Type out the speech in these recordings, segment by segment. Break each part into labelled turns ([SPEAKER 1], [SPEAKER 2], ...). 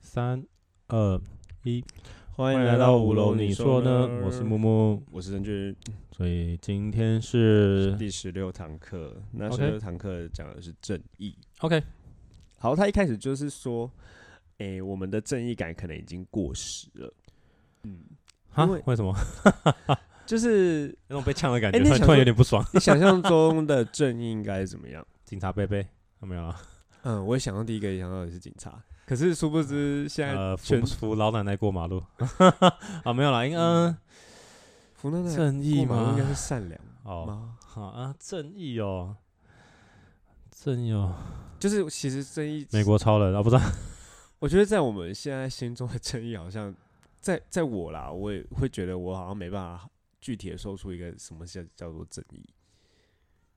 [SPEAKER 1] 三二一，
[SPEAKER 2] 欢
[SPEAKER 1] 欢
[SPEAKER 2] 迎
[SPEAKER 1] 迎来
[SPEAKER 2] 来
[SPEAKER 1] 到
[SPEAKER 2] 到
[SPEAKER 1] 五
[SPEAKER 2] 五
[SPEAKER 1] 楼，
[SPEAKER 2] 楼，
[SPEAKER 1] 你
[SPEAKER 2] 你
[SPEAKER 1] 说
[SPEAKER 2] 说
[SPEAKER 1] 呢
[SPEAKER 2] 呢？？
[SPEAKER 1] 我是木
[SPEAKER 2] 木，
[SPEAKER 1] 木，
[SPEAKER 2] 我是任俊，
[SPEAKER 1] 所以今天是
[SPEAKER 2] 第十六堂课。那
[SPEAKER 1] OK
[SPEAKER 2] 十六堂课讲的是正义。
[SPEAKER 1] OK，
[SPEAKER 2] 好，他一开始就是说，诶，我们的正义感可能已经过时了。嗯，
[SPEAKER 1] 哈
[SPEAKER 2] 因为，
[SPEAKER 1] 为什么
[SPEAKER 2] 就是
[SPEAKER 1] 那种被呛的感觉？
[SPEAKER 2] 哎
[SPEAKER 1] 突
[SPEAKER 2] 那
[SPEAKER 1] 然
[SPEAKER 2] 想
[SPEAKER 1] 突然
[SPEAKER 2] 说
[SPEAKER 1] 有点不爽。
[SPEAKER 2] 你想象中的正义应该是怎么样？
[SPEAKER 1] 警察贝贝，有 没有啊？
[SPEAKER 2] 嗯，我想到第一个也想到的是警察，可是殊不知现在
[SPEAKER 1] 呃，扶
[SPEAKER 2] 全
[SPEAKER 1] 扶老奶奶过马路 啊，没有啦，应该嗯
[SPEAKER 2] 嗯福南的
[SPEAKER 1] 正义吗
[SPEAKER 2] 应该？是善良
[SPEAKER 1] 哦，
[SPEAKER 2] 吗？
[SPEAKER 1] 好啊，正义哦，正义哦，
[SPEAKER 2] 就是其实正义，
[SPEAKER 1] 美国超人啊，不知道
[SPEAKER 2] 我觉得在我们现在心中的正义，好像在在我啦，我也会觉得我好像没办法具体的说出一个什么叫叫做正义，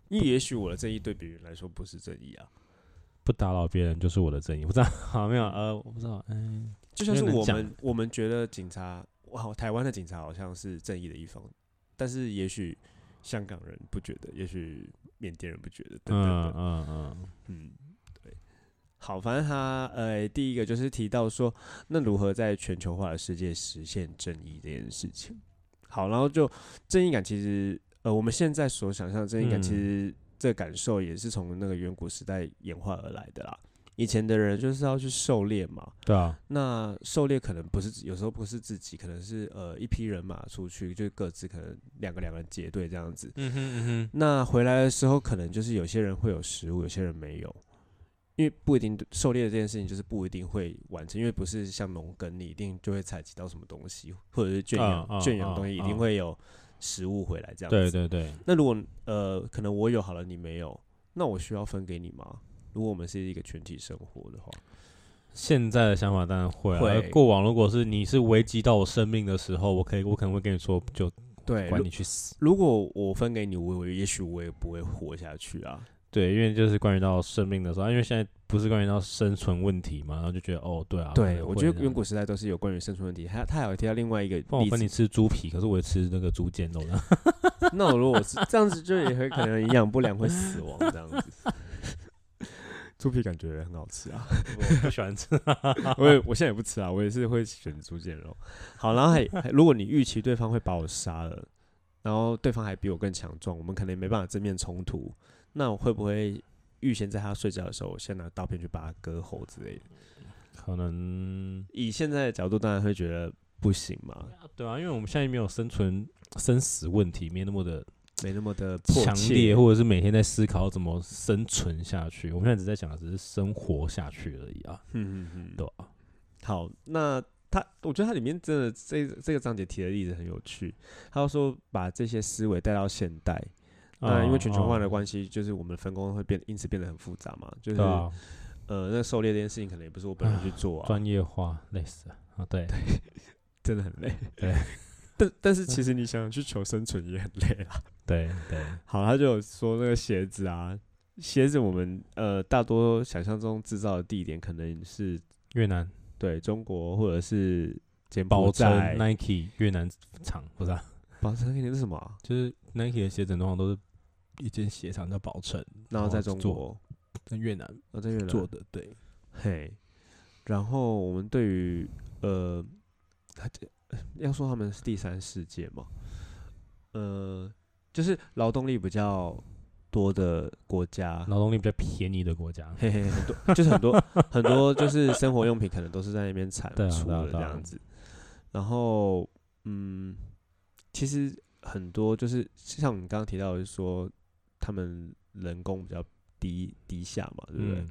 [SPEAKER 2] 因为也许我的正义对别人来说不是正义啊，
[SPEAKER 1] 不打扰别人就是我的正义，不知道 好没有呃，我不知道，嗯，
[SPEAKER 2] 就像是
[SPEAKER 1] 没有人
[SPEAKER 2] 我
[SPEAKER 1] 讲
[SPEAKER 2] 们我们觉得警察哇，台湾的警察好像是正义的一方，但是也许香港人不觉得，也许缅甸人不觉得，等等等
[SPEAKER 1] 嗯嗯嗯，
[SPEAKER 2] 嗯，对。好，反正他呃，第一个就是提到说，那如何在全球化的世界实现正义这件事情。好，然后就正义感其实呃，我们现在所想象的正义感，
[SPEAKER 1] 嗯
[SPEAKER 2] 其实这感受也是从那个远古时代演化而来的啦。以前的人就是要去狩猎嘛，
[SPEAKER 1] 对啊，
[SPEAKER 2] 那狩猎可能不是有时候不是自己，可能是呃一批人马出去，就各自可能两个两个结队这样子。
[SPEAKER 1] 嗯哼嗯哼。
[SPEAKER 2] 那回来的时候，可能就是有些人会有食物，有些人没有，因为不一定狩猎这件事情就是不一定会完成，因为不是像农耕，你一定就会采集到什么东西，或者是圈
[SPEAKER 1] 嗯嗯
[SPEAKER 2] 养圈养的东西，
[SPEAKER 1] 嗯
[SPEAKER 2] 一定
[SPEAKER 1] 嗯
[SPEAKER 2] 会有食物回来这样子。
[SPEAKER 1] 对对对，
[SPEAKER 2] 那如果呃，可能我有好了，你没有，那我需要分给你吗？如果我们是一个全体生活的话，
[SPEAKER 1] 现在的想法当然会、啊，
[SPEAKER 2] 会
[SPEAKER 1] 而过往如果是你是危及到我生命的时候，我可以我可能会跟你说，就
[SPEAKER 2] 对，
[SPEAKER 1] 管
[SPEAKER 2] 如
[SPEAKER 1] 你去死。
[SPEAKER 2] 如果我分给你，我也许我也不会活下去啊。
[SPEAKER 1] 对，因为就是关于到生命的时候，啊因为现在不是关于到生存问题嘛，然后就觉得哦，对啊，可
[SPEAKER 2] 对，
[SPEAKER 1] 能
[SPEAKER 2] 我
[SPEAKER 1] 会
[SPEAKER 2] 觉
[SPEAKER 1] 这
[SPEAKER 2] 得
[SPEAKER 1] 样
[SPEAKER 2] 远古时代都是有关于生存问题。他他还有提到另外一个
[SPEAKER 1] 不然
[SPEAKER 2] 例
[SPEAKER 1] 我分
[SPEAKER 2] 子
[SPEAKER 1] 你，吃猪皮，可是我也吃那个猪腱 肉的。
[SPEAKER 2] 那我如果是 这样子，就也会可能营养不良会死亡这样子。猪皮感觉很好吃 啊，
[SPEAKER 1] 我不喜欢吃。
[SPEAKER 2] 我也我现在也不吃啊，我也是会选猪腱肉。好，然后 还还如果你预期对方会把我杀了，然后对方还比我更强壮，我们可能也没办法正面冲突，那我会不会预先在他睡觉的时候，我先拿刀片去把他割喉之类的？
[SPEAKER 1] 可能
[SPEAKER 2] 以现在的角度，当然会觉得不行嘛，
[SPEAKER 1] 对啊，因为我们现在没有生存生死问题，没那么的
[SPEAKER 2] 没那么的迫
[SPEAKER 1] 强
[SPEAKER 2] 切
[SPEAKER 1] 烈，或者是每天在思考怎么生存下去。我们现在只在讲的只是生活下去而已啊，
[SPEAKER 2] 嗯嗯嗯，
[SPEAKER 1] 对吧？
[SPEAKER 2] 好，那他，我觉得他里面真的这这个章节提的例子很有趣。他说把这些思维带到现代，那啊因为全球
[SPEAKER 1] 嗯
[SPEAKER 2] 化的关系，就是我们分工会变，因此变得很复杂嘛。就是、
[SPEAKER 1] 对啊，
[SPEAKER 2] 呃，那狩猎这件事情可能也不是我本人去做啊，
[SPEAKER 1] 专业化类似啊，对，
[SPEAKER 2] 真的很累。
[SPEAKER 1] 对，
[SPEAKER 2] 但但是其实你想想去求生存也很累啦。
[SPEAKER 1] 对对，
[SPEAKER 2] 好，他就有说那个鞋子啊。鞋子，我们呃大多想象中制造的地点可能是
[SPEAKER 1] 越南
[SPEAKER 2] 对中国或者是柬
[SPEAKER 1] 保
[SPEAKER 2] 埔
[SPEAKER 1] 证
[SPEAKER 2] 寨。
[SPEAKER 1] Nike 越南厂不是、啊，
[SPEAKER 2] 保证肯定是什么啊、
[SPEAKER 1] 就是 Nike 的鞋子通常都是一间鞋厂叫宝成，
[SPEAKER 2] 然后在中
[SPEAKER 1] 哦做
[SPEAKER 2] 国，
[SPEAKER 1] 在越南
[SPEAKER 2] 啊，在越南
[SPEAKER 1] 做的，对，
[SPEAKER 2] 嘿，然后我们对于呃，他这要说他们是第三世界嘛，呃，就是劳动力比较多的国家，
[SPEAKER 1] 劳动力比较便宜的国家，
[SPEAKER 2] 嘿嘿，很多就是很多很多就是生活用品可能都是在那边产
[SPEAKER 1] 对啊
[SPEAKER 2] 出
[SPEAKER 1] 对啊
[SPEAKER 2] 的这
[SPEAKER 1] 对啊
[SPEAKER 2] 样子，然后嗯，其实很多就是像你刚刚提到的是说他们人工比较低低下嘛，对不对？
[SPEAKER 1] 嗯，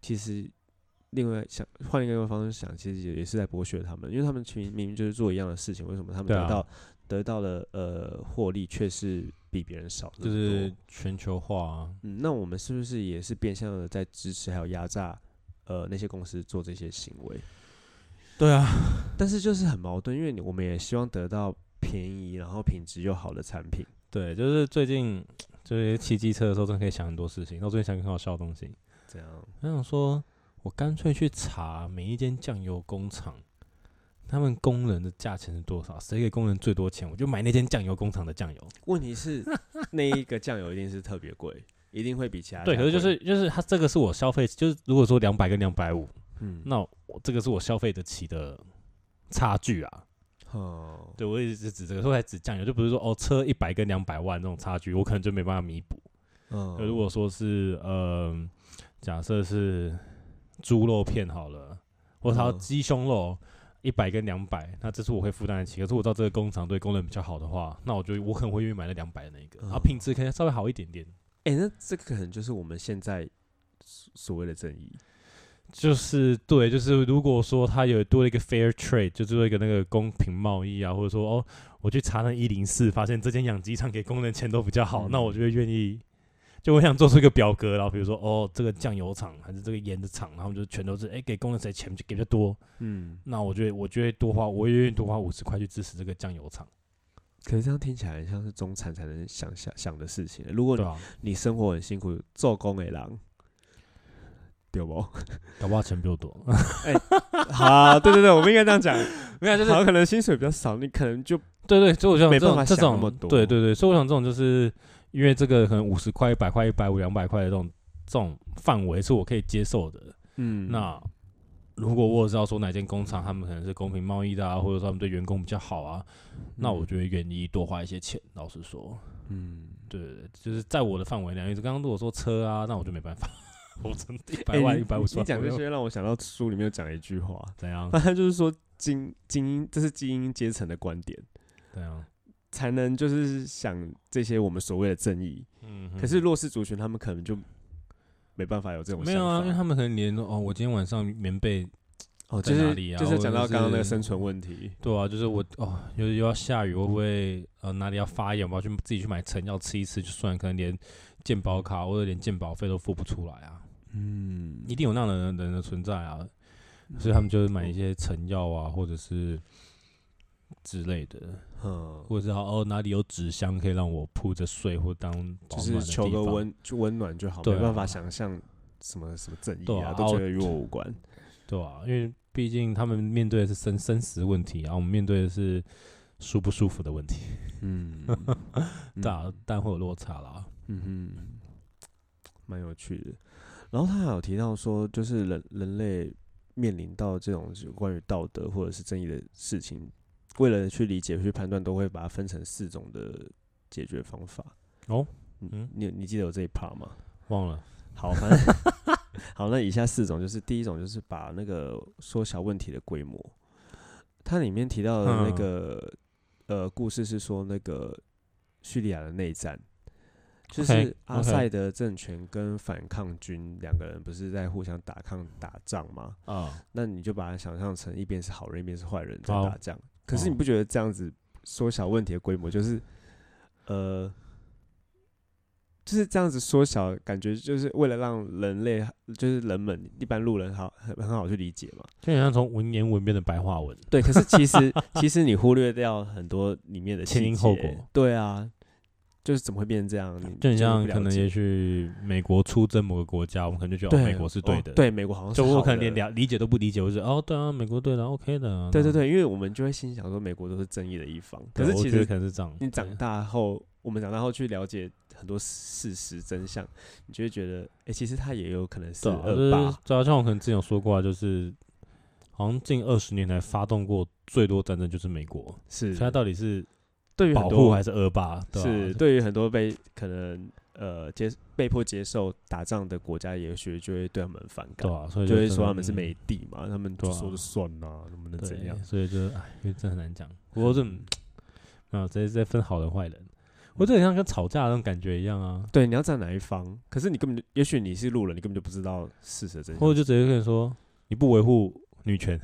[SPEAKER 2] 其实另外想换另外一个方式想，其实也也是在剥削他们，因为他们其实明明就是做一样的事情，为什么他们
[SPEAKER 1] 对
[SPEAKER 2] 得
[SPEAKER 1] 啊
[SPEAKER 2] 到、得到的呃获利却是比别人少？
[SPEAKER 1] 就
[SPEAKER 2] 很多
[SPEAKER 1] 是全球化啊，
[SPEAKER 2] 嗯，那我们是不是也是变相的在支持还有压榨呃那些公司做这些行为？
[SPEAKER 1] 对啊，
[SPEAKER 2] 但是就是很矛盾，因为你我们也希望得到便宜然后品质又好的产品。
[SPEAKER 1] 对，就是最近就是骑机车的时候，真的可以想很多事情。那我最近想一个很好笑的东西，
[SPEAKER 2] 这样，
[SPEAKER 1] 我想说，我干脆去查每一间酱油工厂，他们工人的价钱是多少，谁给工人最多钱，我就买那间酱油工厂的酱油。
[SPEAKER 2] 问 题是那一个酱油一定是特别贵，一定会比其他
[SPEAKER 1] 对，
[SPEAKER 2] 家
[SPEAKER 1] 可是就
[SPEAKER 2] 贵
[SPEAKER 1] 是就是它这个是我消费，就是如果说两百跟两百五，
[SPEAKER 2] 嗯，
[SPEAKER 1] 那我这个是我消费得起的差距啊。
[SPEAKER 2] 哦，
[SPEAKER 1] 对我也是指这个，说来指酱油，就不是说哦车一百跟两百万那种差距，我可能就没办法弥补。
[SPEAKER 2] 嗯，
[SPEAKER 1] 那如果说是呃，假设是猪肉片好了，或者它
[SPEAKER 2] 嗯
[SPEAKER 1] 鸡胸肉一百跟两百，那这是我会负担得起。可是我知道这个工厂对工人比较好的话，那我就我可能会愿意买那两百的那一个，然后
[SPEAKER 2] 嗯
[SPEAKER 1] 品质可能稍微好一点点。
[SPEAKER 2] 哎、那这个可能就是我们现在所所谓的正义，
[SPEAKER 1] 就是对，就是如果说它有多了一个 fair trade，就多一个那个公平贸易啊，或者说哦，我去查那一零四，发现这间养鸡场给工人钱都比较好，
[SPEAKER 2] 嗯
[SPEAKER 1] 那我就会愿意。就我想做出一个表格，然后比如说哦，这个酱油厂还是这个盐的厂，然后就全都是哎、给工人谁钱就给的多，
[SPEAKER 2] 嗯，
[SPEAKER 1] 那我觉得我觉得多花，我也愿意多花五十块去支持这个酱油厂，
[SPEAKER 2] 可是这样听起来很像是中产才能想想想的事情。如果
[SPEAKER 1] 对吧、啊？
[SPEAKER 2] 你生活很辛苦，做工的人，对不？
[SPEAKER 1] 搞不好钱比我多，
[SPEAKER 2] 好，对对对，我们应该这样讲，
[SPEAKER 1] 没有啊就是
[SPEAKER 2] 好，可能薪水比较少，你可能就
[SPEAKER 1] 对对，所以我想
[SPEAKER 2] 没
[SPEAKER 1] 这种
[SPEAKER 2] 办法
[SPEAKER 1] 这
[SPEAKER 2] 想那
[SPEAKER 1] 种
[SPEAKER 2] 么多
[SPEAKER 1] 对对对，所以我想这种就是因为这个可能五十块、一百块、一百五、两百块的这种这种范围是我可以接受的。
[SPEAKER 2] 嗯，
[SPEAKER 1] 那如果我知道说哪间工厂他们可能是公平贸易的啊，或者说他们对员工比较好啊，那我就会愿意多花一些钱。老实说，
[SPEAKER 2] 嗯，
[SPEAKER 1] 对对对，就是在我的范围内。因为刚刚如果说车啊，那我就没办法， 我真的一百
[SPEAKER 2] 哎
[SPEAKER 1] 万、
[SPEAKER 2] 你
[SPEAKER 1] 一百五十
[SPEAKER 2] 你
[SPEAKER 1] 万，
[SPEAKER 2] 讲
[SPEAKER 1] 我嗯
[SPEAKER 2] 这
[SPEAKER 1] 又
[SPEAKER 2] 些让我想到书里面有讲一句话，
[SPEAKER 1] 怎 样
[SPEAKER 2] 那？他就是说精精英，这是精英阶层的观点，
[SPEAKER 1] 怎样？
[SPEAKER 2] 才能就是想这些我们所谓的正义。
[SPEAKER 1] 嗯哼，
[SPEAKER 2] 可是弱势族群他们可能就没办法有这种
[SPEAKER 1] 没有啊，
[SPEAKER 2] 想
[SPEAKER 1] 因
[SPEAKER 2] 法
[SPEAKER 1] 为他们可能连哦，我今天晚上棉被
[SPEAKER 2] 哦，
[SPEAKER 1] 在
[SPEAKER 2] 就
[SPEAKER 1] 哪
[SPEAKER 2] 是
[SPEAKER 1] 里啊
[SPEAKER 2] 就是讲
[SPEAKER 1] 或
[SPEAKER 2] 到
[SPEAKER 1] 者
[SPEAKER 2] 刚刚那个
[SPEAKER 1] 是
[SPEAKER 2] 生存问题，
[SPEAKER 1] 对啊，就是我哦，又又要下雨，会不会呃哪里要发炎？我要去自己去买成药吃一吃就算了，可能连健保卡或者连健保费都付不出来啊，
[SPEAKER 2] 嗯
[SPEAKER 1] 一定有那样的人人的存在啊，所以他们就是买一些成药啊，或者是之类的，
[SPEAKER 2] 嗯，
[SPEAKER 1] 或者是哦哪里有纸箱可以让我铺着睡或当保
[SPEAKER 2] 就
[SPEAKER 1] 暖
[SPEAKER 2] 是
[SPEAKER 1] 的
[SPEAKER 2] 求
[SPEAKER 1] 地
[SPEAKER 2] 个
[SPEAKER 1] 方
[SPEAKER 2] 温就温暖就好，
[SPEAKER 1] 对
[SPEAKER 2] 没
[SPEAKER 1] 啊
[SPEAKER 2] 办法想象什么什么正义
[SPEAKER 1] 对
[SPEAKER 2] 啊，
[SPEAKER 1] 啊
[SPEAKER 2] 都
[SPEAKER 1] 啊
[SPEAKER 2] 觉
[SPEAKER 1] 我
[SPEAKER 2] 得与我无关。
[SPEAKER 1] 对啊，因为毕竟他们面对的是生生死问题啊，我们面对的是舒不舒服的问题，
[SPEAKER 2] 嗯，
[SPEAKER 1] 对啊，但会有落差啦。
[SPEAKER 2] 嗯哼，蛮有趣的。然后他还有提到说，就是人人类面临到这种有关于道德或者是正义的事情，为了去理解、去判断，都会把它分成四种的解决方法。
[SPEAKER 1] 哦，
[SPEAKER 2] 嗯
[SPEAKER 1] 嗯，
[SPEAKER 2] 你你记得有这一 part 吗？
[SPEAKER 1] 忘了，
[SPEAKER 2] 好，反正 好，那以下四种就是第一种就是把那个缩小问题的规模，它里面提到的那
[SPEAKER 1] 嗯
[SPEAKER 2] 个、呃故事是说那个叙利亚的内战，就
[SPEAKER 1] OK，
[SPEAKER 2] 是阿
[SPEAKER 1] OK
[SPEAKER 2] 塞德政权跟反抗军两个人不是在互相打抗打仗吗？
[SPEAKER 1] 啊、
[SPEAKER 2] 那你就把它想象成一边是好人，一边是坏人在打
[SPEAKER 1] 好
[SPEAKER 2] 仗。可是你
[SPEAKER 1] 哦
[SPEAKER 2] 不觉得这样子缩小问题的规模，就是呃，就是这样子缩小，感觉就是为了让人类，就是人们一般路人好很很好去理解嘛。
[SPEAKER 1] 就很像从文言文变成白话文。
[SPEAKER 2] 对，可是其实其实你忽略掉很多里面的
[SPEAKER 1] 前
[SPEAKER 2] 细
[SPEAKER 1] 因后
[SPEAKER 2] 节
[SPEAKER 1] 果。
[SPEAKER 2] 对啊，就是怎么会变成这样？你
[SPEAKER 1] 就很
[SPEAKER 2] 是
[SPEAKER 1] 像
[SPEAKER 2] 不了
[SPEAKER 1] 可能
[SPEAKER 2] 解
[SPEAKER 1] 也许美国出征某个国家，我们可能就觉得哦美国是对
[SPEAKER 2] 哦
[SPEAKER 1] 的，，
[SPEAKER 2] 对美国好像是
[SPEAKER 1] 就我
[SPEAKER 2] 好
[SPEAKER 1] 可能连
[SPEAKER 2] 的
[SPEAKER 1] 了理解都不理解，我就觉得哦对啊，美国对的，OK 的啊，
[SPEAKER 2] 对对
[SPEAKER 1] 那，
[SPEAKER 2] 对，因为我们就会心想说美国都是正义的一方，可是
[SPEAKER 1] 我
[SPEAKER 2] 其
[SPEAKER 1] 觉得
[SPEAKER 2] 实
[SPEAKER 1] 可能是这样，
[SPEAKER 2] 你长
[SPEAKER 1] 对
[SPEAKER 2] 大后，我们长大后去了解很多事实真相，你就会觉得，哎、其实他也有可能是
[SPEAKER 1] 对啊，就
[SPEAKER 2] 恶
[SPEAKER 1] 是
[SPEAKER 2] 霸。
[SPEAKER 1] 对啊，像我可能之前有说过啊，就是好像近二十年来发动过最多战争就是美国，
[SPEAKER 2] 是
[SPEAKER 1] 所以它到底是
[SPEAKER 2] 对于
[SPEAKER 1] 保
[SPEAKER 2] 很
[SPEAKER 1] 护
[SPEAKER 2] 多
[SPEAKER 1] 还是恶霸？对啊
[SPEAKER 2] 是对于很多被可能呃接被迫接受打仗的国家，也许就会对他们反感，
[SPEAKER 1] 对啊，所以
[SPEAKER 2] 就会
[SPEAKER 1] 真
[SPEAKER 2] 说
[SPEAKER 1] 的
[SPEAKER 2] 他们是
[SPEAKER 1] 嗯
[SPEAKER 2] 美帝嘛，他们
[SPEAKER 1] 对
[SPEAKER 2] 就
[SPEAKER 1] 啊
[SPEAKER 2] 说了算呐、能不能
[SPEAKER 1] 对，
[SPEAKER 2] 怎样？
[SPEAKER 1] 所以就是哎，因为这很难讲。不过这种没有啊直接在分好人坏人，
[SPEAKER 2] 嗯
[SPEAKER 1] 我这很像跟吵架的那种感觉一样啊。
[SPEAKER 2] 对，你要站哪一方？可是你根本就，也许你是路人，你根本就不知道事实的真
[SPEAKER 1] 或者
[SPEAKER 2] 相。
[SPEAKER 1] 就直接跟你说你不维护女权，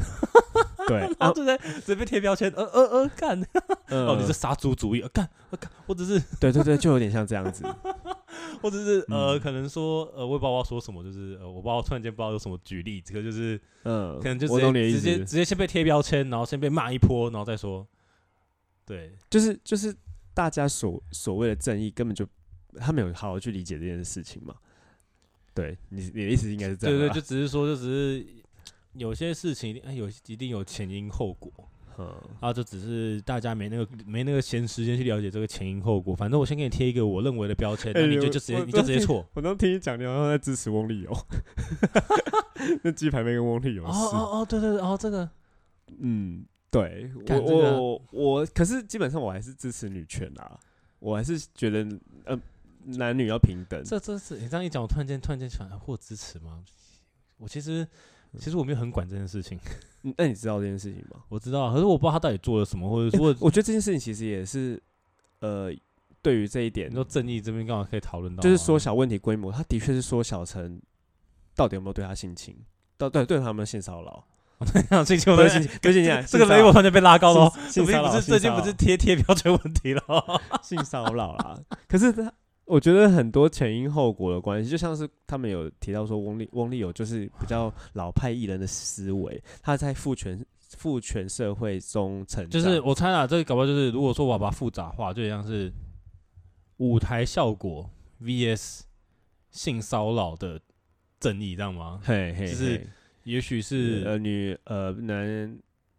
[SPEAKER 2] 对，
[SPEAKER 1] 然
[SPEAKER 2] 啊
[SPEAKER 1] 后，就在直接贴标签，呃呃呃，干， 哦，你
[SPEAKER 2] 呃
[SPEAKER 1] 是杀猪主义，呃干，呃干，我只是
[SPEAKER 2] 对对对，就有点像这样子。
[SPEAKER 1] 我只是呃，
[SPEAKER 2] 嗯
[SPEAKER 1] 可能说呃，我也不知道我要说什么，就是呃，我不知道突然间不知道有什么举例，这个就是
[SPEAKER 2] 嗯，
[SPEAKER 1] 可能就
[SPEAKER 2] 我懂你的意
[SPEAKER 1] 直接直接
[SPEAKER 2] 思
[SPEAKER 1] 直接先被贴标签，然后先被骂一波，然后再说，对，
[SPEAKER 2] 就是就是大家所所谓的正义，根本就他没有好好去理解这件事情嘛。对你你的意思应该是这样啊
[SPEAKER 1] 对
[SPEAKER 2] 吧，
[SPEAKER 1] 对，就只是说，就只是有些事情一定，哎，有一定有前因后果，
[SPEAKER 2] 嗯
[SPEAKER 1] 啊，就只是大家没那个没那个闲时间去了解这个前因后果。反正我先给你贴一个我认为的标签，
[SPEAKER 2] 哎
[SPEAKER 1] 那你
[SPEAKER 2] 我
[SPEAKER 1] 就就直接
[SPEAKER 2] 我
[SPEAKER 1] 你就直接错，
[SPEAKER 2] 我刚听你讲，你好像在支持翁立友， 那鸡排妹跟翁立友
[SPEAKER 1] 哦
[SPEAKER 2] 是，
[SPEAKER 1] 哦哦，对对对，哦这个
[SPEAKER 2] 嗯，对我
[SPEAKER 1] 干这个
[SPEAKER 2] 我我，可是基本上我还是支持女权啊，我还是觉得呃男女要平等，
[SPEAKER 1] 这这是你这样一讲，我突然间突然间想，获支持吗？我其实其实我没有很管这件事情，
[SPEAKER 2] 嗯那你知道这件事情吗？
[SPEAKER 1] 我知道，可是我不知道他到底做了什么，或者
[SPEAKER 2] 欸
[SPEAKER 1] 说
[SPEAKER 2] 我觉得这件事情其实也是，呃，对于这一点
[SPEAKER 1] 你，说正义这边刚好可以讨论到吗，
[SPEAKER 2] 就是缩小问题规模，它的确是缩小成到底有没有对他性侵，到对对他有没有性骚扰，
[SPEAKER 1] 小这
[SPEAKER 2] 不
[SPEAKER 1] 个
[SPEAKER 2] 是性侵，不啊是性侵，
[SPEAKER 1] 这个 level 突然间被拉高了哦，
[SPEAKER 2] 性
[SPEAKER 1] 不是
[SPEAKER 2] 骚扰，
[SPEAKER 1] 不是
[SPEAKER 2] 性
[SPEAKER 1] 最
[SPEAKER 2] 骚
[SPEAKER 1] 近
[SPEAKER 2] 扰
[SPEAKER 1] 不是贴贴标准问题了哦，
[SPEAKER 2] 性骚扰啦。可是他，我觉得很多前因后果的关系，就像是他们有提到说，翁立翁立友就是比较老派艺人的思维，他在父权父权社会中成
[SPEAKER 1] 就
[SPEAKER 2] 长，
[SPEAKER 1] 是我猜啊，这个搞不好就是如果说我要把它复杂化，就像是舞台效果 VS 性骚扰的正义，这样吗？
[SPEAKER 2] 嘿嘿，
[SPEAKER 1] 就是
[SPEAKER 2] 嘿
[SPEAKER 1] 也许是，
[SPEAKER 2] 呃女呃男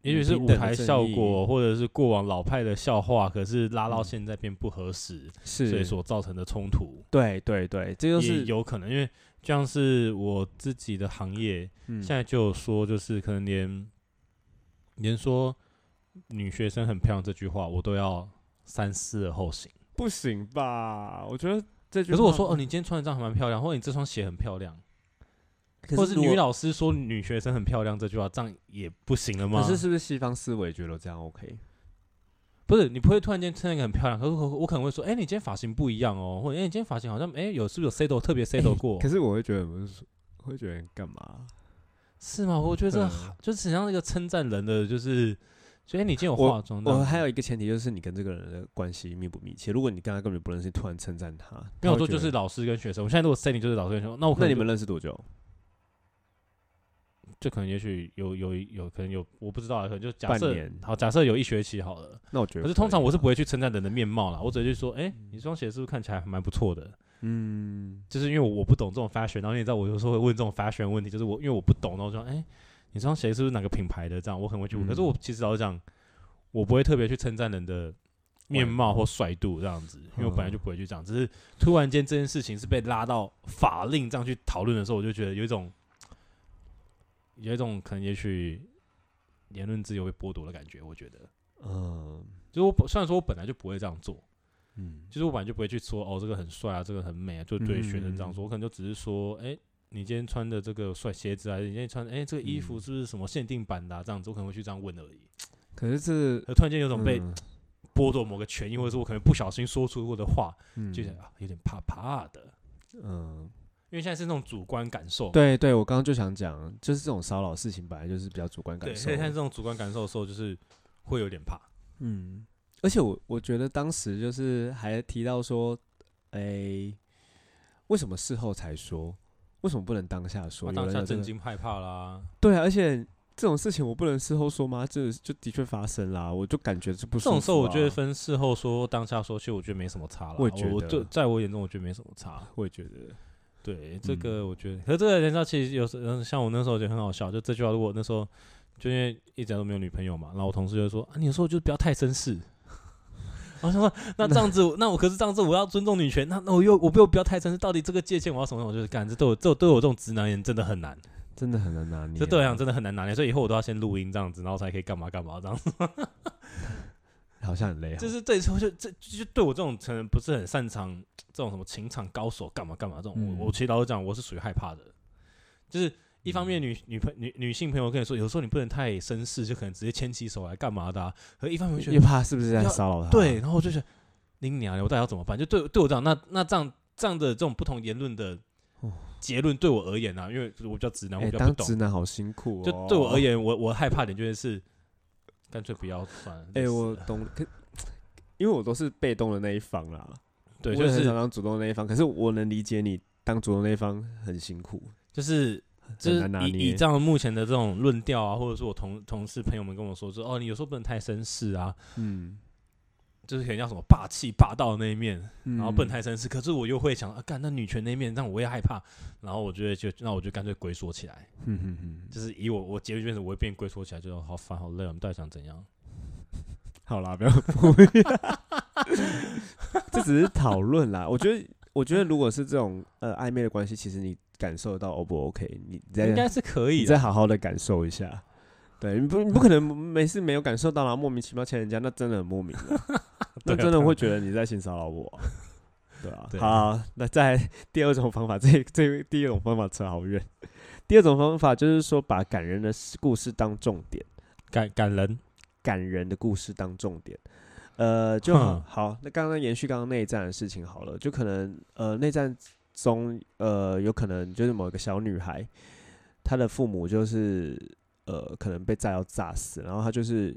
[SPEAKER 1] 也许是
[SPEAKER 2] 平
[SPEAKER 1] 舞
[SPEAKER 2] 等的
[SPEAKER 1] 台
[SPEAKER 2] 正
[SPEAKER 1] 效
[SPEAKER 2] 义
[SPEAKER 1] 果，或者是过往老派的笑话，可是拉到
[SPEAKER 2] 嗯
[SPEAKER 1] 现在变不合时，
[SPEAKER 2] 是
[SPEAKER 1] 所以所造成的冲突
[SPEAKER 2] 对对对，这
[SPEAKER 1] 也
[SPEAKER 2] 就是
[SPEAKER 1] 有可能，因为就像是我自己的行业，
[SPEAKER 2] 嗯
[SPEAKER 1] 现在就有说，就是可能连连说女学生很漂亮这句话，我都要三思而后行。
[SPEAKER 2] 不行吧？我觉得这句
[SPEAKER 1] 可是我
[SPEAKER 2] 话
[SPEAKER 1] 说，哦，，你今天穿的这样还蛮漂亮，或者你这双鞋很漂亮，
[SPEAKER 2] 可
[SPEAKER 1] 或者是
[SPEAKER 2] 如
[SPEAKER 1] 女
[SPEAKER 2] 果，
[SPEAKER 1] 老师说女学生很漂亮这句话，这样也不行了吗？
[SPEAKER 2] 可是是不是西方思维觉得这样 OK？
[SPEAKER 1] 不是你不会突然间穿一个很漂亮，可是我我可能会说，哎、你今天发型不一样哦，或者哎、你今天发型好像哎、有是不是有 set 头特别 set 头过？
[SPEAKER 2] 可是我会觉得不是，会觉得干嘛？
[SPEAKER 1] 是吗？我觉得这
[SPEAKER 2] 嗯
[SPEAKER 1] 好就是很像那个称赞人的，就是所以你今天有
[SPEAKER 2] 我
[SPEAKER 1] 化妆，这
[SPEAKER 2] 我
[SPEAKER 1] 样
[SPEAKER 2] 还
[SPEAKER 1] 子
[SPEAKER 2] 有一个前提就是你跟这个人的关系密不密切。如果你跟他根本不认识，突然称赞他，
[SPEAKER 1] 没
[SPEAKER 2] 他
[SPEAKER 1] 有
[SPEAKER 2] 会
[SPEAKER 1] 说
[SPEAKER 2] 觉
[SPEAKER 1] 就
[SPEAKER 2] 得
[SPEAKER 1] 是老师跟学生，我现在如果 set 你就是老师跟学生，那我可
[SPEAKER 2] 那
[SPEAKER 1] 能
[SPEAKER 2] 你
[SPEAKER 1] 就
[SPEAKER 2] 们认识多久？
[SPEAKER 1] 就可能也许有有有可能有我不知道啊，可能就假
[SPEAKER 2] 半
[SPEAKER 1] 设
[SPEAKER 2] 年
[SPEAKER 1] 好假设有一学期好了，
[SPEAKER 2] 那我觉得
[SPEAKER 1] 可是通
[SPEAKER 2] 以
[SPEAKER 1] 常我是
[SPEAKER 2] 吧
[SPEAKER 1] 不会去称赞人的面貌啦，我只会去说，哎、你这双鞋是不是看起来还蛮不错的？
[SPEAKER 2] 嗯，
[SPEAKER 1] 就是因为我不懂这种 fashion，然后你也知道我有时候会问这种 fashion 问题，就是我因为我不懂，然后我就说，哎、你这双鞋是不是哪个品牌的？这样我很会去问，
[SPEAKER 2] 嗯
[SPEAKER 1] 可是我其实老实讲，我不会特别去称赞人的。面貌或帅度这样子，因为我本来就不会去这样，只是突然间这件事情是被拉到法令这样去讨论的时候，我就觉得有一种，有一种可能也许言论自由被剥夺的感觉。我觉得，
[SPEAKER 2] 嗯
[SPEAKER 1] 就是我本虽然说我本来就不会这样做，
[SPEAKER 2] 嗯
[SPEAKER 1] 就是我本来就不会去说哦，这个很帅啊，这个很美啊，就对学生这
[SPEAKER 2] 嗯
[SPEAKER 1] 样说。我可能就只是说，哎、你今天穿的这个帅鞋子啊，你今天穿哎、这个衣服
[SPEAKER 2] 嗯
[SPEAKER 1] 是不是什么限定版的、啊？这样子我可能会去这样问而已。
[SPEAKER 2] 可是这
[SPEAKER 1] 可突然间有种被
[SPEAKER 2] 嗯
[SPEAKER 1] 剥夺某个权益，或者是我可能不小心说出过的话，
[SPEAKER 2] 嗯
[SPEAKER 1] 就觉得啊有点怕怕的，
[SPEAKER 2] 嗯，
[SPEAKER 1] 因为现在是那种主观感受。
[SPEAKER 2] 对对，我刚刚就想讲，就是这种骚扰事情本来就是比较主观
[SPEAKER 1] 对，
[SPEAKER 2] 感受
[SPEAKER 1] 所以，现在这种主观感受的时候，就是会有点怕。
[SPEAKER 2] 嗯，而且我我觉得当时就是还提到说，诶、为什么事后才说？为什么不能当下说？
[SPEAKER 1] 我
[SPEAKER 2] 有
[SPEAKER 1] 啊当
[SPEAKER 2] 人
[SPEAKER 1] 下
[SPEAKER 2] 有这
[SPEAKER 1] 震
[SPEAKER 2] 个
[SPEAKER 1] 惊害怕啦，
[SPEAKER 2] 对啊，而且这种事情我不能事后说吗？这就的确发生啦，我就感觉是不舒
[SPEAKER 1] 这种时候
[SPEAKER 2] 服
[SPEAKER 1] 我觉得
[SPEAKER 2] 啊
[SPEAKER 1] 分事后说当下说，其实我觉得没什么差了。
[SPEAKER 2] 我也觉
[SPEAKER 1] 我
[SPEAKER 2] 得
[SPEAKER 1] 对，在我眼中我觉得没什么差。
[SPEAKER 2] 我也觉得，
[SPEAKER 1] 对，这
[SPEAKER 2] 嗯
[SPEAKER 1] 个我觉得，可是这个人家其实有时候像我那时候觉得很好笑，就这句话，如果那时候就因为一直都没有女朋友嘛，然后我同事就说啊，你有时候就不要太绅士。 我想说，那这样子我，那我可是这样子，我要尊重女权，那那我又我又不要太绅士，到底这个界限我要什么？我就是干，这对我这对我这种直男人真的很难，
[SPEAKER 2] 真的很难拿捏。啊
[SPEAKER 1] 这对我来啊讲真的很难拿捏，所以以后我都要先录音这样子，然后才可以干嘛干嘛这样子。
[SPEAKER 2] 好像很累哦。
[SPEAKER 1] 就是这时候就这就对我这种可能不是很擅长这种什么情场高手干嘛干嘛这种，
[SPEAKER 2] 嗯
[SPEAKER 1] 我我其实老实讲，我是属于害怕的，就是一方
[SPEAKER 2] 嗯
[SPEAKER 1] 面女女朋女女性朋友跟你说，有时候你不能太绅士，就可能直接牵起手来干嘛的、啊，可是一方面我就觉
[SPEAKER 2] 又
[SPEAKER 1] 得
[SPEAKER 2] 哦怕嗯是不是在
[SPEAKER 1] 要
[SPEAKER 2] 骚扰他？
[SPEAKER 1] 对，，然后我就觉得拎娘，我到底要怎么办？就对对我这样，那那这样这样的这种不同言论的
[SPEAKER 2] 哦
[SPEAKER 1] 结论对我而言啊，因为我比较直男，我
[SPEAKER 2] 哎、
[SPEAKER 1] 比较不
[SPEAKER 2] 当
[SPEAKER 1] 懂，
[SPEAKER 2] 直男好辛苦哦。
[SPEAKER 1] 就对我而言，我我害怕点就是干脆不要算了。累
[SPEAKER 2] 哎、
[SPEAKER 1] 死
[SPEAKER 2] 我
[SPEAKER 1] 了
[SPEAKER 2] 懂，可因为我都是被动的那一方啦，
[SPEAKER 1] 对
[SPEAKER 2] 我
[SPEAKER 1] 就
[SPEAKER 2] 也很
[SPEAKER 1] 是
[SPEAKER 2] 想当主动的那一方，可是我能理解你当主动的那一方很辛苦，
[SPEAKER 1] 就是就是
[SPEAKER 2] 很难拿
[SPEAKER 1] 以以
[SPEAKER 2] 捏
[SPEAKER 1] 这。样目前的这种论调啊，或者说我同同事朋友们跟我说说，哦，你有时候不能太绅士啊，
[SPEAKER 2] 嗯，
[SPEAKER 1] 就是可能要什么霸气霸道的那一面，
[SPEAKER 2] 然
[SPEAKER 1] 然后不能太绅士。可是我又会想，啊，干那女权那一面，让我也害怕，然后我就会就那我就干脆龟缩起来，
[SPEAKER 2] 嗯哼哼，
[SPEAKER 1] 就是以我我结局变成我会变龟缩起来，就好烦好累，我们到底想怎 样？
[SPEAKER 2] 好啦，不要不要，这只是讨论啦。我觉得我觉得如果是这种呃暧昧的关系，其实你感受得到 O 不 OK？你你再
[SPEAKER 1] 应该是可以
[SPEAKER 2] 啊你
[SPEAKER 1] 的。
[SPEAKER 2] 再好好的感受一下。对，你不你不可能每次没有感受到，然啊后莫名其妙欠人家，那真的很莫名啊，那
[SPEAKER 1] 对啊
[SPEAKER 2] 真
[SPEAKER 1] 对
[SPEAKER 2] 的会
[SPEAKER 1] 啊
[SPEAKER 2] 觉得你在性骚扰我啊。对啊，
[SPEAKER 1] 对
[SPEAKER 2] 好啊那再来第二种方法，这这第一种方法扯好远。第二种方法就是说，把感人的故事当重点。
[SPEAKER 1] 感感人，
[SPEAKER 2] 感人的故事当重点。呃，就好
[SPEAKER 1] 哼
[SPEAKER 2] 好，那刚刚延续刚刚内战的事情好了，就可能呃内战中呃有可能就是某一个小女孩，她的父母就是呃可能被炸药炸死，然后她就是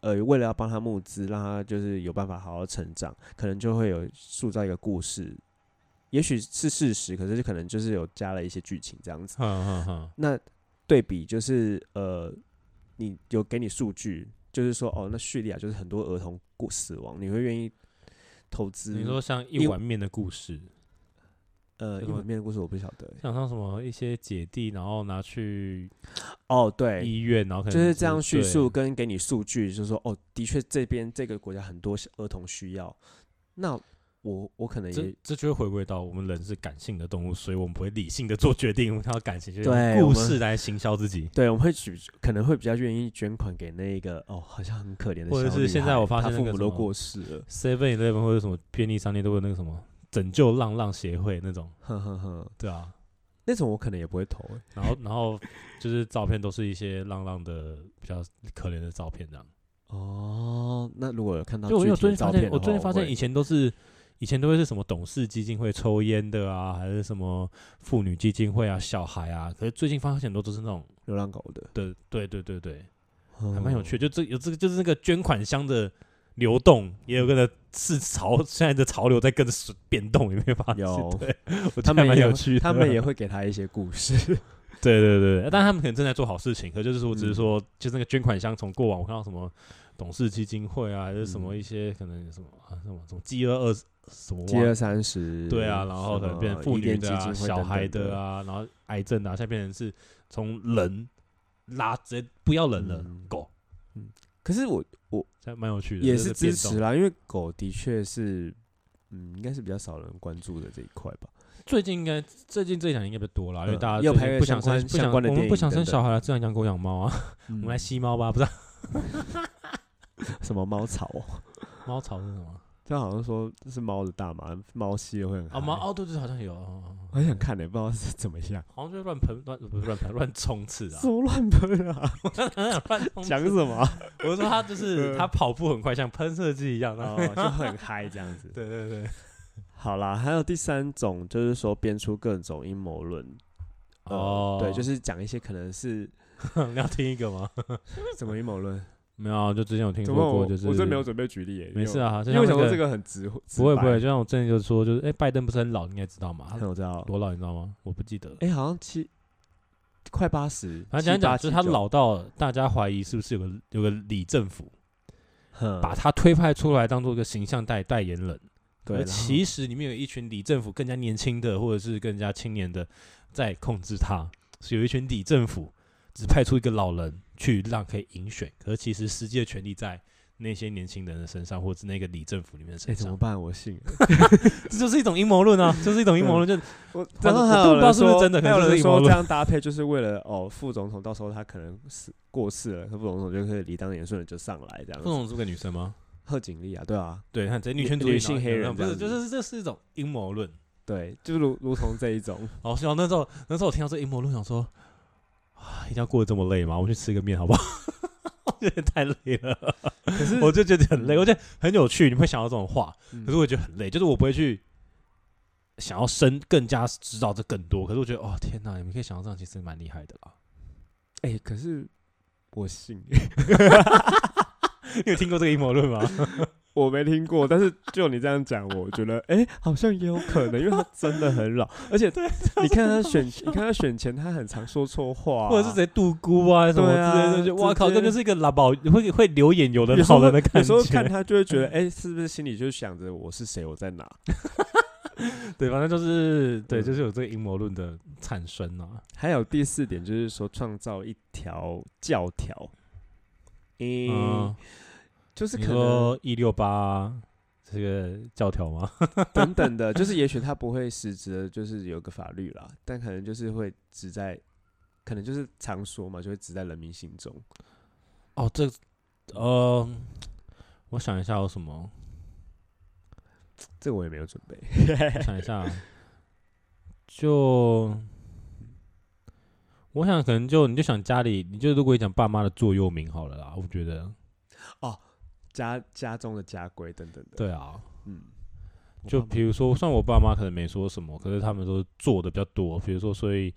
[SPEAKER 2] 呃为了要帮她募资，让她就是有办法好好成长，可能就会有塑造一个故事，也许是事实，可是就可能就是有加了一些剧情这样子。
[SPEAKER 1] 哼哼哼，
[SPEAKER 2] 那对比就是呃，你有给你数据，就是说哦，那叙利亚就是很多儿童过死亡，你会愿意投资？
[SPEAKER 1] 你说像
[SPEAKER 2] 一
[SPEAKER 1] 一碗面的故事，
[SPEAKER 2] 呃，
[SPEAKER 1] 什
[SPEAKER 2] 英
[SPEAKER 1] 么
[SPEAKER 2] 文面的故事我不晓得欸、
[SPEAKER 1] 想像什么一些姐弟，然后拿去
[SPEAKER 2] 哦，对，
[SPEAKER 1] 医院，然后可能
[SPEAKER 2] 就是这样叙述
[SPEAKER 1] 对
[SPEAKER 2] 跟给你数据，就是说哦，的确这边这个国家很多是儿童需要，那我我可能也
[SPEAKER 1] 这这就会回归到我们人是感性的动物，所以我们不会理性的做决定，我们要感性，就是
[SPEAKER 2] 对
[SPEAKER 1] 用
[SPEAKER 2] 我
[SPEAKER 1] 故
[SPEAKER 2] 们
[SPEAKER 1] 事来行销自己。
[SPEAKER 2] 对，我们会举，可能会比较愿意捐款给那个哦，好像很可怜的小
[SPEAKER 1] 或
[SPEAKER 2] 女孩，
[SPEAKER 1] 者是现在我发
[SPEAKER 2] 她
[SPEAKER 1] 现那
[SPEAKER 2] 父
[SPEAKER 1] 个
[SPEAKER 2] 母
[SPEAKER 1] 什
[SPEAKER 2] 都
[SPEAKER 1] 么
[SPEAKER 2] 过世了，
[SPEAKER 1] Seven Eleven 或者什么便利商店都有那个什么拯救浪浪协会那种，
[SPEAKER 2] 哼哼哼，
[SPEAKER 1] 对啊，
[SPEAKER 2] 那种我可能也不会投欸、
[SPEAKER 1] 然后然后就是照片都是一些浪浪的比较可怜的照片这样。
[SPEAKER 2] 哦，那如果有看到
[SPEAKER 1] 就我
[SPEAKER 2] 具
[SPEAKER 1] 有
[SPEAKER 2] 体
[SPEAKER 1] 最
[SPEAKER 2] 的
[SPEAKER 1] 近
[SPEAKER 2] 照
[SPEAKER 1] 发
[SPEAKER 2] 片
[SPEAKER 1] 现，
[SPEAKER 2] 的话，
[SPEAKER 1] 我最近发现
[SPEAKER 2] 会
[SPEAKER 1] 以前都是以前都会是什么董事基金会抽烟的啊，还是什么妇女基金会啊、小孩啊，可是最近发现很多都是那种
[SPEAKER 2] 流浪狗的，
[SPEAKER 1] 的，对对对对，还
[SPEAKER 2] 还
[SPEAKER 1] 蛮有趣的。就这有这个就是那个捐款箱的流动，也有个是潮现在的潮流在跟着变动，有没有发现？
[SPEAKER 2] 嗯有
[SPEAKER 1] 对，我觉得还
[SPEAKER 2] 他们
[SPEAKER 1] 蛮
[SPEAKER 2] 也
[SPEAKER 1] 有
[SPEAKER 2] 会
[SPEAKER 1] 趣的，
[SPEAKER 2] 他们也会给他一些故事。
[SPEAKER 1] 对对对，但他们可能正在做好事情，可就是我只
[SPEAKER 2] 嗯
[SPEAKER 1] 是说，就是那个捐款箱从过往我看到什么董事基金会啊，还是什么
[SPEAKER 2] 嗯
[SPEAKER 1] 一些可能什么啊什么什么饥饿二什么
[SPEAKER 2] 饥
[SPEAKER 1] 忘
[SPEAKER 2] 饿
[SPEAKER 1] 了
[SPEAKER 2] 三十，
[SPEAKER 1] 对啊，然后可能变成妇女的
[SPEAKER 2] 基
[SPEAKER 1] 啊、
[SPEAKER 2] 金会
[SPEAKER 1] 小孩
[SPEAKER 2] 等等
[SPEAKER 1] 的，啊，然后癌症的啊，现在变成是从人拉直接不要人了，
[SPEAKER 2] 嗯
[SPEAKER 1] 狗，
[SPEAKER 2] 可是我我
[SPEAKER 1] 这蛮有趣的，
[SPEAKER 2] 也
[SPEAKER 1] 这
[SPEAKER 2] 是
[SPEAKER 1] 变
[SPEAKER 2] 支持
[SPEAKER 1] 动。
[SPEAKER 2] 啦，因为狗的确是，嗯，应该是比较少人关注的这一块吧。
[SPEAKER 1] 最近应该最近这一两年应该不多啦，因为
[SPEAKER 2] 嗯
[SPEAKER 1] 大家
[SPEAKER 2] 要
[SPEAKER 1] 最
[SPEAKER 2] 拍
[SPEAKER 1] 近
[SPEAKER 2] 个
[SPEAKER 1] 不想
[SPEAKER 2] 相关
[SPEAKER 1] 生不
[SPEAKER 2] 相
[SPEAKER 1] 想
[SPEAKER 2] 关的
[SPEAKER 1] 我
[SPEAKER 2] 电
[SPEAKER 1] 们不
[SPEAKER 2] 影
[SPEAKER 1] 想
[SPEAKER 2] 等
[SPEAKER 1] 生
[SPEAKER 2] 等嗯
[SPEAKER 1] 小孩了，自然养狗养猫啊，
[SPEAKER 2] 我
[SPEAKER 1] 我们来吸猫吧，不是啊
[SPEAKER 2] 什么猫草哦，
[SPEAKER 1] 猫草是什么？
[SPEAKER 2] 这好像说这是猫的大麻，猫吸了会很
[SPEAKER 1] 啊猫
[SPEAKER 2] 嗨，
[SPEAKER 1] 哦对对，好像有，哦哦哦
[SPEAKER 2] 很想看的，不知道是怎么样，
[SPEAKER 1] 好像就是啊乱喷乱不是乱喷乱冲刺啊
[SPEAKER 2] 什，么乱喷啊，
[SPEAKER 1] 乱冲刺
[SPEAKER 2] 讲嗯什么啊？
[SPEAKER 1] 我是说他就是他跑步很快，像喷射机一样，然后
[SPEAKER 2] 哦，就很嗨这样子。
[SPEAKER 1] 对对对，
[SPEAKER 2] 好啦，还有第三种就是说编出各种阴谋论，呃
[SPEAKER 1] 哦
[SPEAKER 2] 对，就是讲一些可能是
[SPEAKER 1] 你要听一个吗？
[SPEAKER 2] 什么阴谋论，
[SPEAKER 1] 没有啊，就之前有听
[SPEAKER 2] 怎
[SPEAKER 1] 说
[SPEAKER 2] 么
[SPEAKER 1] 过，
[SPEAKER 2] 我
[SPEAKER 1] 就是
[SPEAKER 2] 我这没有准备举例耶，
[SPEAKER 1] 没事
[SPEAKER 2] 啊，
[SPEAKER 1] 啊，就
[SPEAKER 2] 因为我
[SPEAKER 1] 像那
[SPEAKER 2] 想说这个很直，直
[SPEAKER 1] 不会不
[SPEAKER 2] 白
[SPEAKER 1] 会，就，像我之前就说，就是哎，拜登不是很老，你应该知道嘛，
[SPEAKER 2] 看我知道，
[SPEAKER 1] 多老你知道吗？我不记得了。
[SPEAKER 2] 哎，好像七快八十，
[SPEAKER 1] 反正讲一讲，就是他
[SPEAKER 2] 七八，
[SPEAKER 1] 老到大家怀疑是不是有个有个李政府
[SPEAKER 2] 嗯七九
[SPEAKER 1] 把
[SPEAKER 2] 哼
[SPEAKER 1] 他推派出来当做一个形象代代言人，
[SPEAKER 2] 对，
[SPEAKER 1] 而
[SPEAKER 2] 然后
[SPEAKER 1] 其实里面有一群李政府更加年轻的，或者是更加青年的在控制他，是有一群李政府只派出一个老人去让可以赢选，可是其实实际的权力在那些年轻人的身上，或者是那个李政府里面的身
[SPEAKER 2] 哎怎么
[SPEAKER 1] 上，
[SPEAKER 2] 办？我信，
[SPEAKER 1] 这就是一种阴谋论 啊，就是一种阴谋论，就
[SPEAKER 2] 我
[SPEAKER 1] 然后
[SPEAKER 2] 还
[SPEAKER 1] 我根本
[SPEAKER 2] 有
[SPEAKER 1] 不知道是不是
[SPEAKER 2] 人说
[SPEAKER 1] 真的可
[SPEAKER 2] 还有
[SPEAKER 1] 能是阴
[SPEAKER 2] 人
[SPEAKER 1] 谋
[SPEAKER 2] 说这
[SPEAKER 1] 论
[SPEAKER 2] 样搭配就是为了哦，副总统到时候他可能是过世了，副总统就可以理当年顺的就上来这样
[SPEAKER 1] 傅
[SPEAKER 2] 子，
[SPEAKER 1] 总是个女生吗？
[SPEAKER 2] 贺锦丽啊，对啊，
[SPEAKER 1] 对，看这女
[SPEAKER 2] 女
[SPEAKER 1] 权主义
[SPEAKER 2] 嗯女性黑人
[SPEAKER 1] 不是，
[SPEAKER 2] 这
[SPEAKER 1] 就
[SPEAKER 2] 样子
[SPEAKER 1] 是这是一种阴谋论。
[SPEAKER 2] 对，就如如同这一种，
[SPEAKER 1] 好笑，那时候那时候我听到这阴谋论，想说 啊，一定要过得这么累吗？我去吃个面好 不好？我觉得太累了。
[SPEAKER 2] 可是
[SPEAKER 1] 我就觉得很累，
[SPEAKER 2] 嗯
[SPEAKER 1] 我觉得很有趣，你会想到这种话，
[SPEAKER 2] 嗯
[SPEAKER 1] 可是我觉得很累，就是我不会去想要深更加知道这更多，可是我觉得哦天哪，你们可以想到这样，其实蛮厉害的 啦。
[SPEAKER 2] 哎、可是我信，
[SPEAKER 1] 你有听过这个阴谋 论吗？
[SPEAKER 2] 我没听 过，但是就你这样讲，我觉得哎、好像也有可能，因为他真的很老，而且你看他选，你看他选前，他很常说错话、啊
[SPEAKER 1] 或者是谁杜姑啊什么
[SPEAKER 2] 对啊
[SPEAKER 1] 之类的，就哇靠，
[SPEAKER 2] 直接
[SPEAKER 1] 这就是一个拉宝会会流眼油的
[SPEAKER 2] 有时候
[SPEAKER 1] 老人的感
[SPEAKER 2] 有时候看
[SPEAKER 1] 觉。
[SPEAKER 2] 他就会觉得，哎、是不是心里就想着我是谁，我在哪？
[SPEAKER 1] 对，反正就是对，
[SPEAKER 2] 嗯
[SPEAKER 1] 就是有这个阴谋论的产生啊。
[SPEAKER 2] 还有第四点就是说，创造一条教条，嗯，
[SPEAKER 1] 嗯，
[SPEAKER 2] 就是
[SPEAKER 1] 你
[SPEAKER 2] 可能
[SPEAKER 1] 说一六八这个教条吗？
[SPEAKER 2] 等等的，就是也许他不会实质的，就是有个法律啦，但可能就是会只在，可能就是常说嘛，就会只在人民心中。
[SPEAKER 1] 哦，这呃，我想一下有什么，
[SPEAKER 2] 这我也没有准备。
[SPEAKER 1] 我想一下啊，就我想可能就你就想家里，你就如果你讲爸妈的座右铭好了啦，我觉得
[SPEAKER 2] 家家中的家规等等的，，
[SPEAKER 1] 对啊，
[SPEAKER 2] 嗯，
[SPEAKER 1] 就
[SPEAKER 2] 我爸
[SPEAKER 1] 比 如说，虽然我爸妈可能没说什么，可是他们都做的比较多。比如说，所以，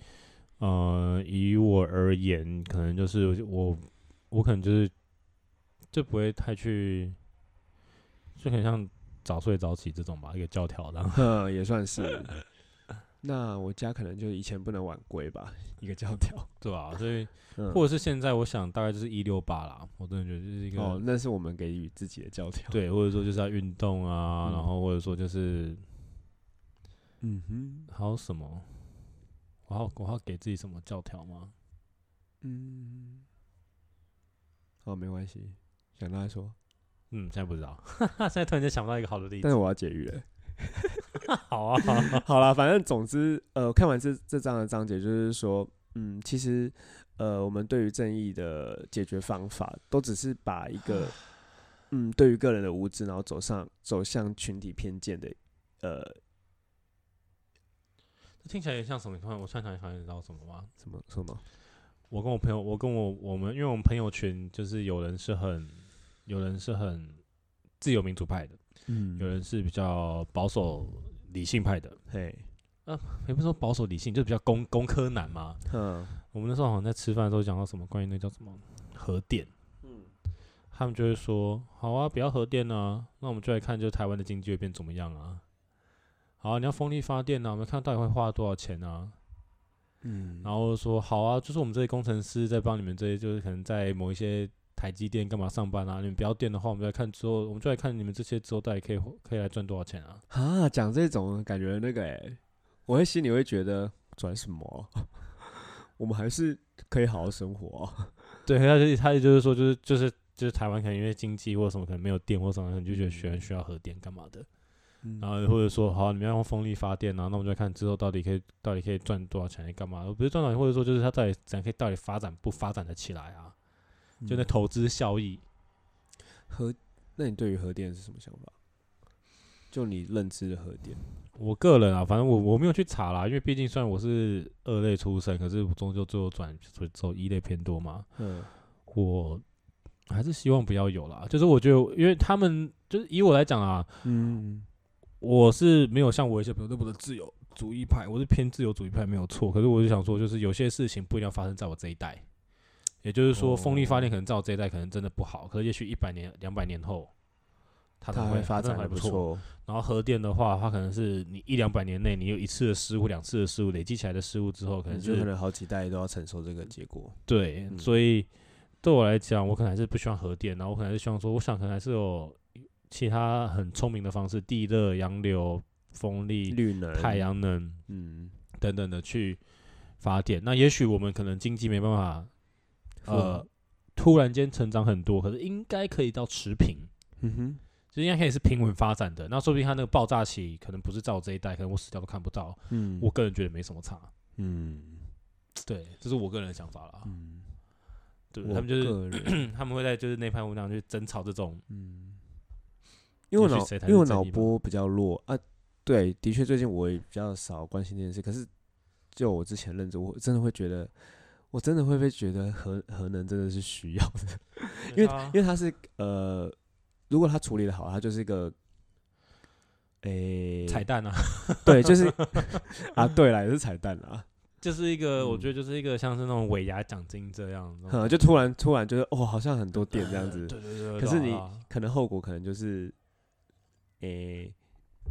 [SPEAKER 1] 呃，以我而言，可能就是我，我可能就是就不会太去，就很像早睡早起这种吧，一个教条的。
[SPEAKER 2] 妈嗯也算是。那我家可能就是以前不能晚归吧，一个教条。
[SPEAKER 1] 对啊，所以
[SPEAKER 2] 嗯
[SPEAKER 1] 或者是现在，我想大概就是一六八啦。我真的觉得就是一个、
[SPEAKER 2] 哦，那是我们给予自己的教条。，
[SPEAKER 1] 对，或者说就是要运动啊，
[SPEAKER 2] 嗯
[SPEAKER 1] 然后或者说就是
[SPEAKER 2] 嗯哼，
[SPEAKER 1] 还有什么，我要我要给自己什么教条吗？
[SPEAKER 2] 嗯，哦，没关系，想到再说。
[SPEAKER 1] 嗯，现在不知道， 现在突然间想不到一个好的例子
[SPEAKER 2] 但。是我要解语了。
[SPEAKER 1] 好啊，好啊
[SPEAKER 2] 好啦，反正总之，呃，看完这这章的章节，就是说，嗯，其实，呃，我们对于正义的解决方法，都只是把一个，嗯，对于个人的无知，然后走上走向群体偏见的，呃，
[SPEAKER 1] 听起来也像什么？突然我突然想想，你知道什么吗？
[SPEAKER 2] 什么什么，
[SPEAKER 1] 我跟我朋友，我跟我我们，因为我们朋友圈就是有人是很，有人是很自由民主派的，
[SPEAKER 2] 嗯
[SPEAKER 1] 有人是比较保守理性派的。
[SPEAKER 2] 嘿，
[SPEAKER 1] 也不是说保守理性，就比较工工科男嘛。
[SPEAKER 2] 嗯
[SPEAKER 1] 我们那时候好像在吃饭的时候讲到什么关于那叫什么核电，
[SPEAKER 2] 嗯，
[SPEAKER 1] 他们就会说：“好啊，不要核电啊，那我们就来看，就是台湾的经济会变怎么样啊？好啊你要风力发电啊，我们看到底会花多少钱啊？
[SPEAKER 2] 嗯，
[SPEAKER 1] 然后说好啊，就是我们这些工程师在帮你们这些，就是可能在某一些台积电干嘛上班啊，你们不要电的话，我们就来看之后，我们就来看你们这些之后到底可以可以来赚多少钱啊。
[SPEAKER 2] 啊，讲这种感觉那个、欸，我会心里会觉得，转什么？啊 我们还是可以好好生活、啊。
[SPEAKER 1] 对，他就他就是说，就是就是就是台湾可能因为经济或什么可能没有电或什么，可能就觉得学员需要核电干嘛的，
[SPEAKER 2] 嗯
[SPEAKER 1] 然后或者说好、你们要用风力发电啊，那我们就来看之后到底可以到底可以赚多少钱干嘛，不是赚多少钱，或者说就是他到底怎样可以到底发展不发展的起来啊，就那
[SPEAKER 2] 嗯
[SPEAKER 1] 投资效益。
[SPEAKER 2] 核，那你对于核电是什么想法？就你认知的核电，
[SPEAKER 1] 我个人啊，反正我我没有去查啦，因为毕竟虽然我是二类出身，可是我终究最后转走走一类偏多嘛，
[SPEAKER 2] 嗯
[SPEAKER 1] 我还是希望不要有啦。就是我觉得，因为他们就是以我来讲啊，
[SPEAKER 2] 嗯
[SPEAKER 1] 我是没有像我一些朋友那么的自由主义派，我是偏自由主义派没有错。可是我就想说，就是有些事情不一定要发生在我这一代，也就是说，风力发电可能在我这一代可能真的不好，可是也许一百年、两百年后，它
[SPEAKER 2] 它
[SPEAKER 1] 才会
[SPEAKER 2] 发
[SPEAKER 1] 它真
[SPEAKER 2] 展
[SPEAKER 1] 的还
[SPEAKER 2] 还不
[SPEAKER 1] 不错。，然后核电的话，它可能是你一两百年内，你有一次的失误、两次的失误，累积起来的失误之后，可能
[SPEAKER 2] 你就可
[SPEAKER 1] 是
[SPEAKER 2] 能好几代都要承受这个结果。
[SPEAKER 1] 对。
[SPEAKER 2] 嗯
[SPEAKER 1] 所以对我来讲，我可能还是不喜欢核电，然后我可能还是希望说，我想可能还是有其他很聪明的方式，地热、洋流、风力、
[SPEAKER 2] 绿能、
[SPEAKER 1] 太，阳能
[SPEAKER 2] 嗯，
[SPEAKER 1] 等等的去发电。那也许我们可能经济没办法，呃
[SPEAKER 2] 呃，，
[SPEAKER 1] 突然间成长很多，可是应该可以到持平。
[SPEAKER 2] 嗯哼，
[SPEAKER 1] 就应该可以是平稳发展的，那说不定它那个爆炸期可能不是在我这一代，可能我死掉都看不到，
[SPEAKER 2] 嗯，
[SPEAKER 1] 我，个人觉得没什么差。
[SPEAKER 2] 嗯
[SPEAKER 1] 对，这是我个人的想法啦。
[SPEAKER 2] 嗯，
[SPEAKER 1] 对，
[SPEAKER 2] 我
[SPEAKER 1] 他们就是嗯
[SPEAKER 2] 个 人，
[SPEAKER 1] 他们会在就是内派文章去争吵这种，
[SPEAKER 2] 嗯，因为我
[SPEAKER 1] 也许
[SPEAKER 2] 脑
[SPEAKER 1] 谁才
[SPEAKER 2] 因为我
[SPEAKER 1] 是正
[SPEAKER 2] 脑
[SPEAKER 1] 义吧
[SPEAKER 2] 波比较弱啊，对，的确最近我也比较少关心这件事，可是就我之前认知，我真的会觉得。我真的会不会觉得核核能真的是需要的？因为因为它是呃，如果它处理的好，它就是一个，诶、
[SPEAKER 1] 彩蛋啊，
[SPEAKER 2] 对，就是 啊，对啦，也是彩蛋啦，
[SPEAKER 1] 就是一个、
[SPEAKER 2] 嗯
[SPEAKER 1] 我觉得就是一个像是那种尾牙奖金这样，那 种
[SPEAKER 2] 嗯，就突然突然就是哦，好像很多点这样子，
[SPEAKER 1] 哦呃 对对对对
[SPEAKER 2] 可是你
[SPEAKER 1] 对啊
[SPEAKER 2] 可能后果可能就是，诶、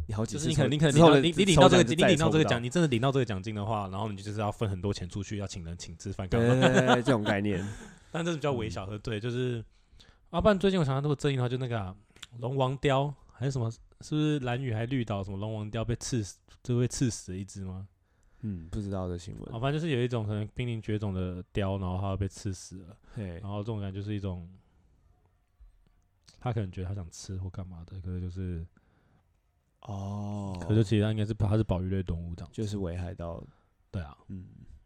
[SPEAKER 2] 你好几
[SPEAKER 1] 就是
[SPEAKER 2] 次
[SPEAKER 1] 你
[SPEAKER 2] 抽
[SPEAKER 1] 可能你可能
[SPEAKER 2] 之
[SPEAKER 1] 领
[SPEAKER 2] 后
[SPEAKER 1] 到
[SPEAKER 2] 的
[SPEAKER 1] 你你领
[SPEAKER 2] 抽
[SPEAKER 1] 到这个
[SPEAKER 2] 奖就
[SPEAKER 1] 你
[SPEAKER 2] 再也
[SPEAKER 1] 领到
[SPEAKER 2] 抽
[SPEAKER 1] 这个
[SPEAKER 2] 不
[SPEAKER 1] 奖，，你真的领到这个奖金的话，然后你就是要分很多钱出去，要请人请吃饭
[SPEAKER 2] 对
[SPEAKER 1] 干
[SPEAKER 2] 对
[SPEAKER 1] 嘛？
[SPEAKER 2] 对嗯对对这种概念，
[SPEAKER 1] 但这是比较微小的，对，就是啊，不然最近我想到如果争议的话，就那个啊龙、王雕还是什么，是不是蓝雨还绿岛什么龙王雕被刺死，就被刺死了一只吗？
[SPEAKER 2] 嗯，不知道的新
[SPEAKER 1] 好，
[SPEAKER 2] 闻，
[SPEAKER 1] 哦反正就是有一种可能濒临绝种的雕，然后它被刺死了，
[SPEAKER 2] 对
[SPEAKER 1] 然，后这种感觉就是一种，他可能觉得他想吃或干嘛的，可是就是
[SPEAKER 2] 哦，
[SPEAKER 1] 可是其实它应该是它是保育类动物这样。
[SPEAKER 2] 就是危害到，
[SPEAKER 1] 对啊，
[SPEAKER 2] 嗯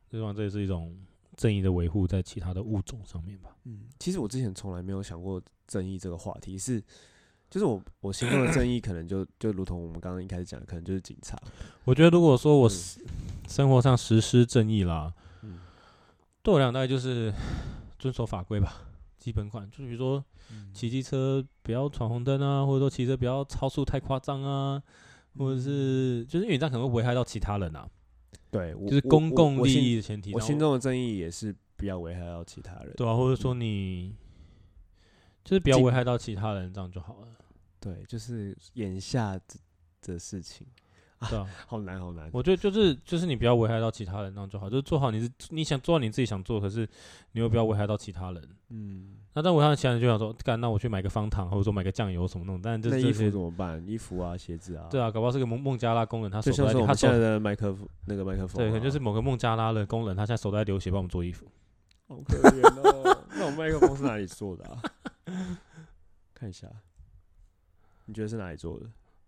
[SPEAKER 1] 最重要这也是一种正义的维护在其他的物种上面吧。
[SPEAKER 2] 嗯。其实我之前从来没有想过正义这个话题，是就是我我心中的正义可能就就如同我们刚刚一开始讲的，可能就是警察，
[SPEAKER 1] 我觉得如果说我
[SPEAKER 2] 嗯
[SPEAKER 1] 实生活上实施正义啦，
[SPEAKER 2] 嗯
[SPEAKER 1] 对我来讲大概就是 遵守法规吧，基本款。就比如说
[SPEAKER 2] 嗯
[SPEAKER 1] 骑机车不要闯红灯啊，或者说骑车不要超速太夸张啊，或者是就是因为你这样可能会危害到其他人啊，
[SPEAKER 2] 对，嗯我
[SPEAKER 1] 就是
[SPEAKER 2] 我
[SPEAKER 1] 公
[SPEAKER 2] 我
[SPEAKER 1] 共
[SPEAKER 2] 我
[SPEAKER 1] 利
[SPEAKER 2] 心
[SPEAKER 1] 益的前提。
[SPEAKER 2] 我
[SPEAKER 1] 然后
[SPEAKER 2] 心中的正义也是不要危害到其他人。
[SPEAKER 1] 对啊，或者说你就是不要危害到其他人，这样就好了。
[SPEAKER 2] 对，就是眼下这的事情，
[SPEAKER 1] 对 啊，
[SPEAKER 2] 好难好难。
[SPEAKER 1] 我觉得就是就是你不要危害到其他人，这样就好。就是做好你是你想做到你自己想做，可是你又不要危害到其他人。
[SPEAKER 2] 嗯，
[SPEAKER 1] 那但危害到其他人就想说，干，那我去买个方糖，或者说买个酱油什么那种。但就
[SPEAKER 2] 那
[SPEAKER 1] 是
[SPEAKER 2] 衣
[SPEAKER 1] 这
[SPEAKER 2] 服
[SPEAKER 1] 些
[SPEAKER 2] 怎，么办？衣服啊，鞋子啊，
[SPEAKER 1] 对啊，搞不好是个孟孟加拉工人，他手
[SPEAKER 2] 就像
[SPEAKER 1] 都在
[SPEAKER 2] 是我
[SPEAKER 1] 流，他
[SPEAKER 2] 们
[SPEAKER 1] 手
[SPEAKER 2] 现在的麦克风，那个麦克风、啊
[SPEAKER 1] 对，可能就是某个孟加拉的工人，他现在手都在流血，帮我们做衣服。
[SPEAKER 2] 好可怜哦。那我麦克风是哪里做的啊？ 看一下，你觉得是哪里做的？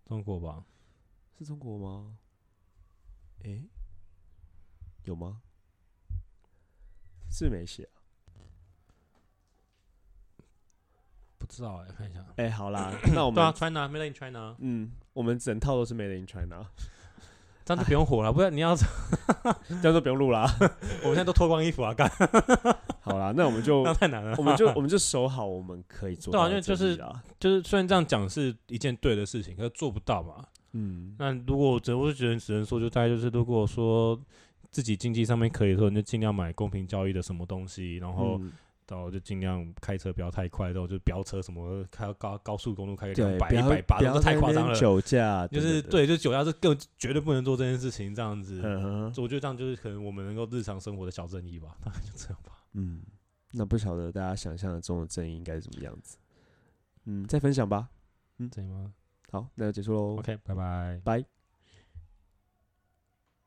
[SPEAKER 1] 中国吧，
[SPEAKER 2] 是中国吗？诶、有吗？是没写啊。
[SPEAKER 1] 不知道哎、看一下。
[SPEAKER 2] 哎、好 啦，那我
[SPEAKER 1] 对啊
[SPEAKER 2] 们
[SPEAKER 1] ，China，Made in China，啊
[SPEAKER 2] 嗯，我们整套都是 Made in China，
[SPEAKER 1] 这样就不用火了，不然你要我
[SPEAKER 2] 这样就不用录啦。
[SPEAKER 1] 们现在都脱光衣服啊，干，
[SPEAKER 2] 好啦，那我们就
[SPEAKER 1] 那太难了。
[SPEAKER 2] 我们就我们就守好我们可以做
[SPEAKER 1] 对啊
[SPEAKER 2] 到的
[SPEAKER 1] 因为就
[SPEAKER 2] 正义
[SPEAKER 1] 是
[SPEAKER 2] 啦
[SPEAKER 1] 就是虽然这样讲是一件对的事情，可是做不到嘛。
[SPEAKER 2] 嗯，
[SPEAKER 1] 那如果只我就觉得只能说，就大概就是如果说自己经济上面可以的时候，你就尽量买公平交易的什么东西，然后
[SPEAKER 2] 嗯
[SPEAKER 1] 然后就尽量开车不要太快，然后就飙车什么开高高速公路开个
[SPEAKER 2] 对，
[SPEAKER 1] 两百
[SPEAKER 2] 不
[SPEAKER 1] 一
[SPEAKER 2] 要
[SPEAKER 1] 百八，
[SPEAKER 2] 不要
[SPEAKER 1] 这太夸张
[SPEAKER 2] 在那边
[SPEAKER 1] 了。
[SPEAKER 2] 酒驾
[SPEAKER 1] 就是，对，就酒驾是更绝对不能做这件事情，这样子。
[SPEAKER 2] 等等嗯哼
[SPEAKER 1] 我觉得这样就是可能我们能够日常生活的小正义吧，大概就这样吧。
[SPEAKER 2] 嗯，那不晓得大家想象中的正义应该是什么样子？嗯，再分享吧。
[SPEAKER 1] 这样吗
[SPEAKER 2] 好，那就结束喽。
[SPEAKER 1] ？OK，拜拜。
[SPEAKER 2] 拜。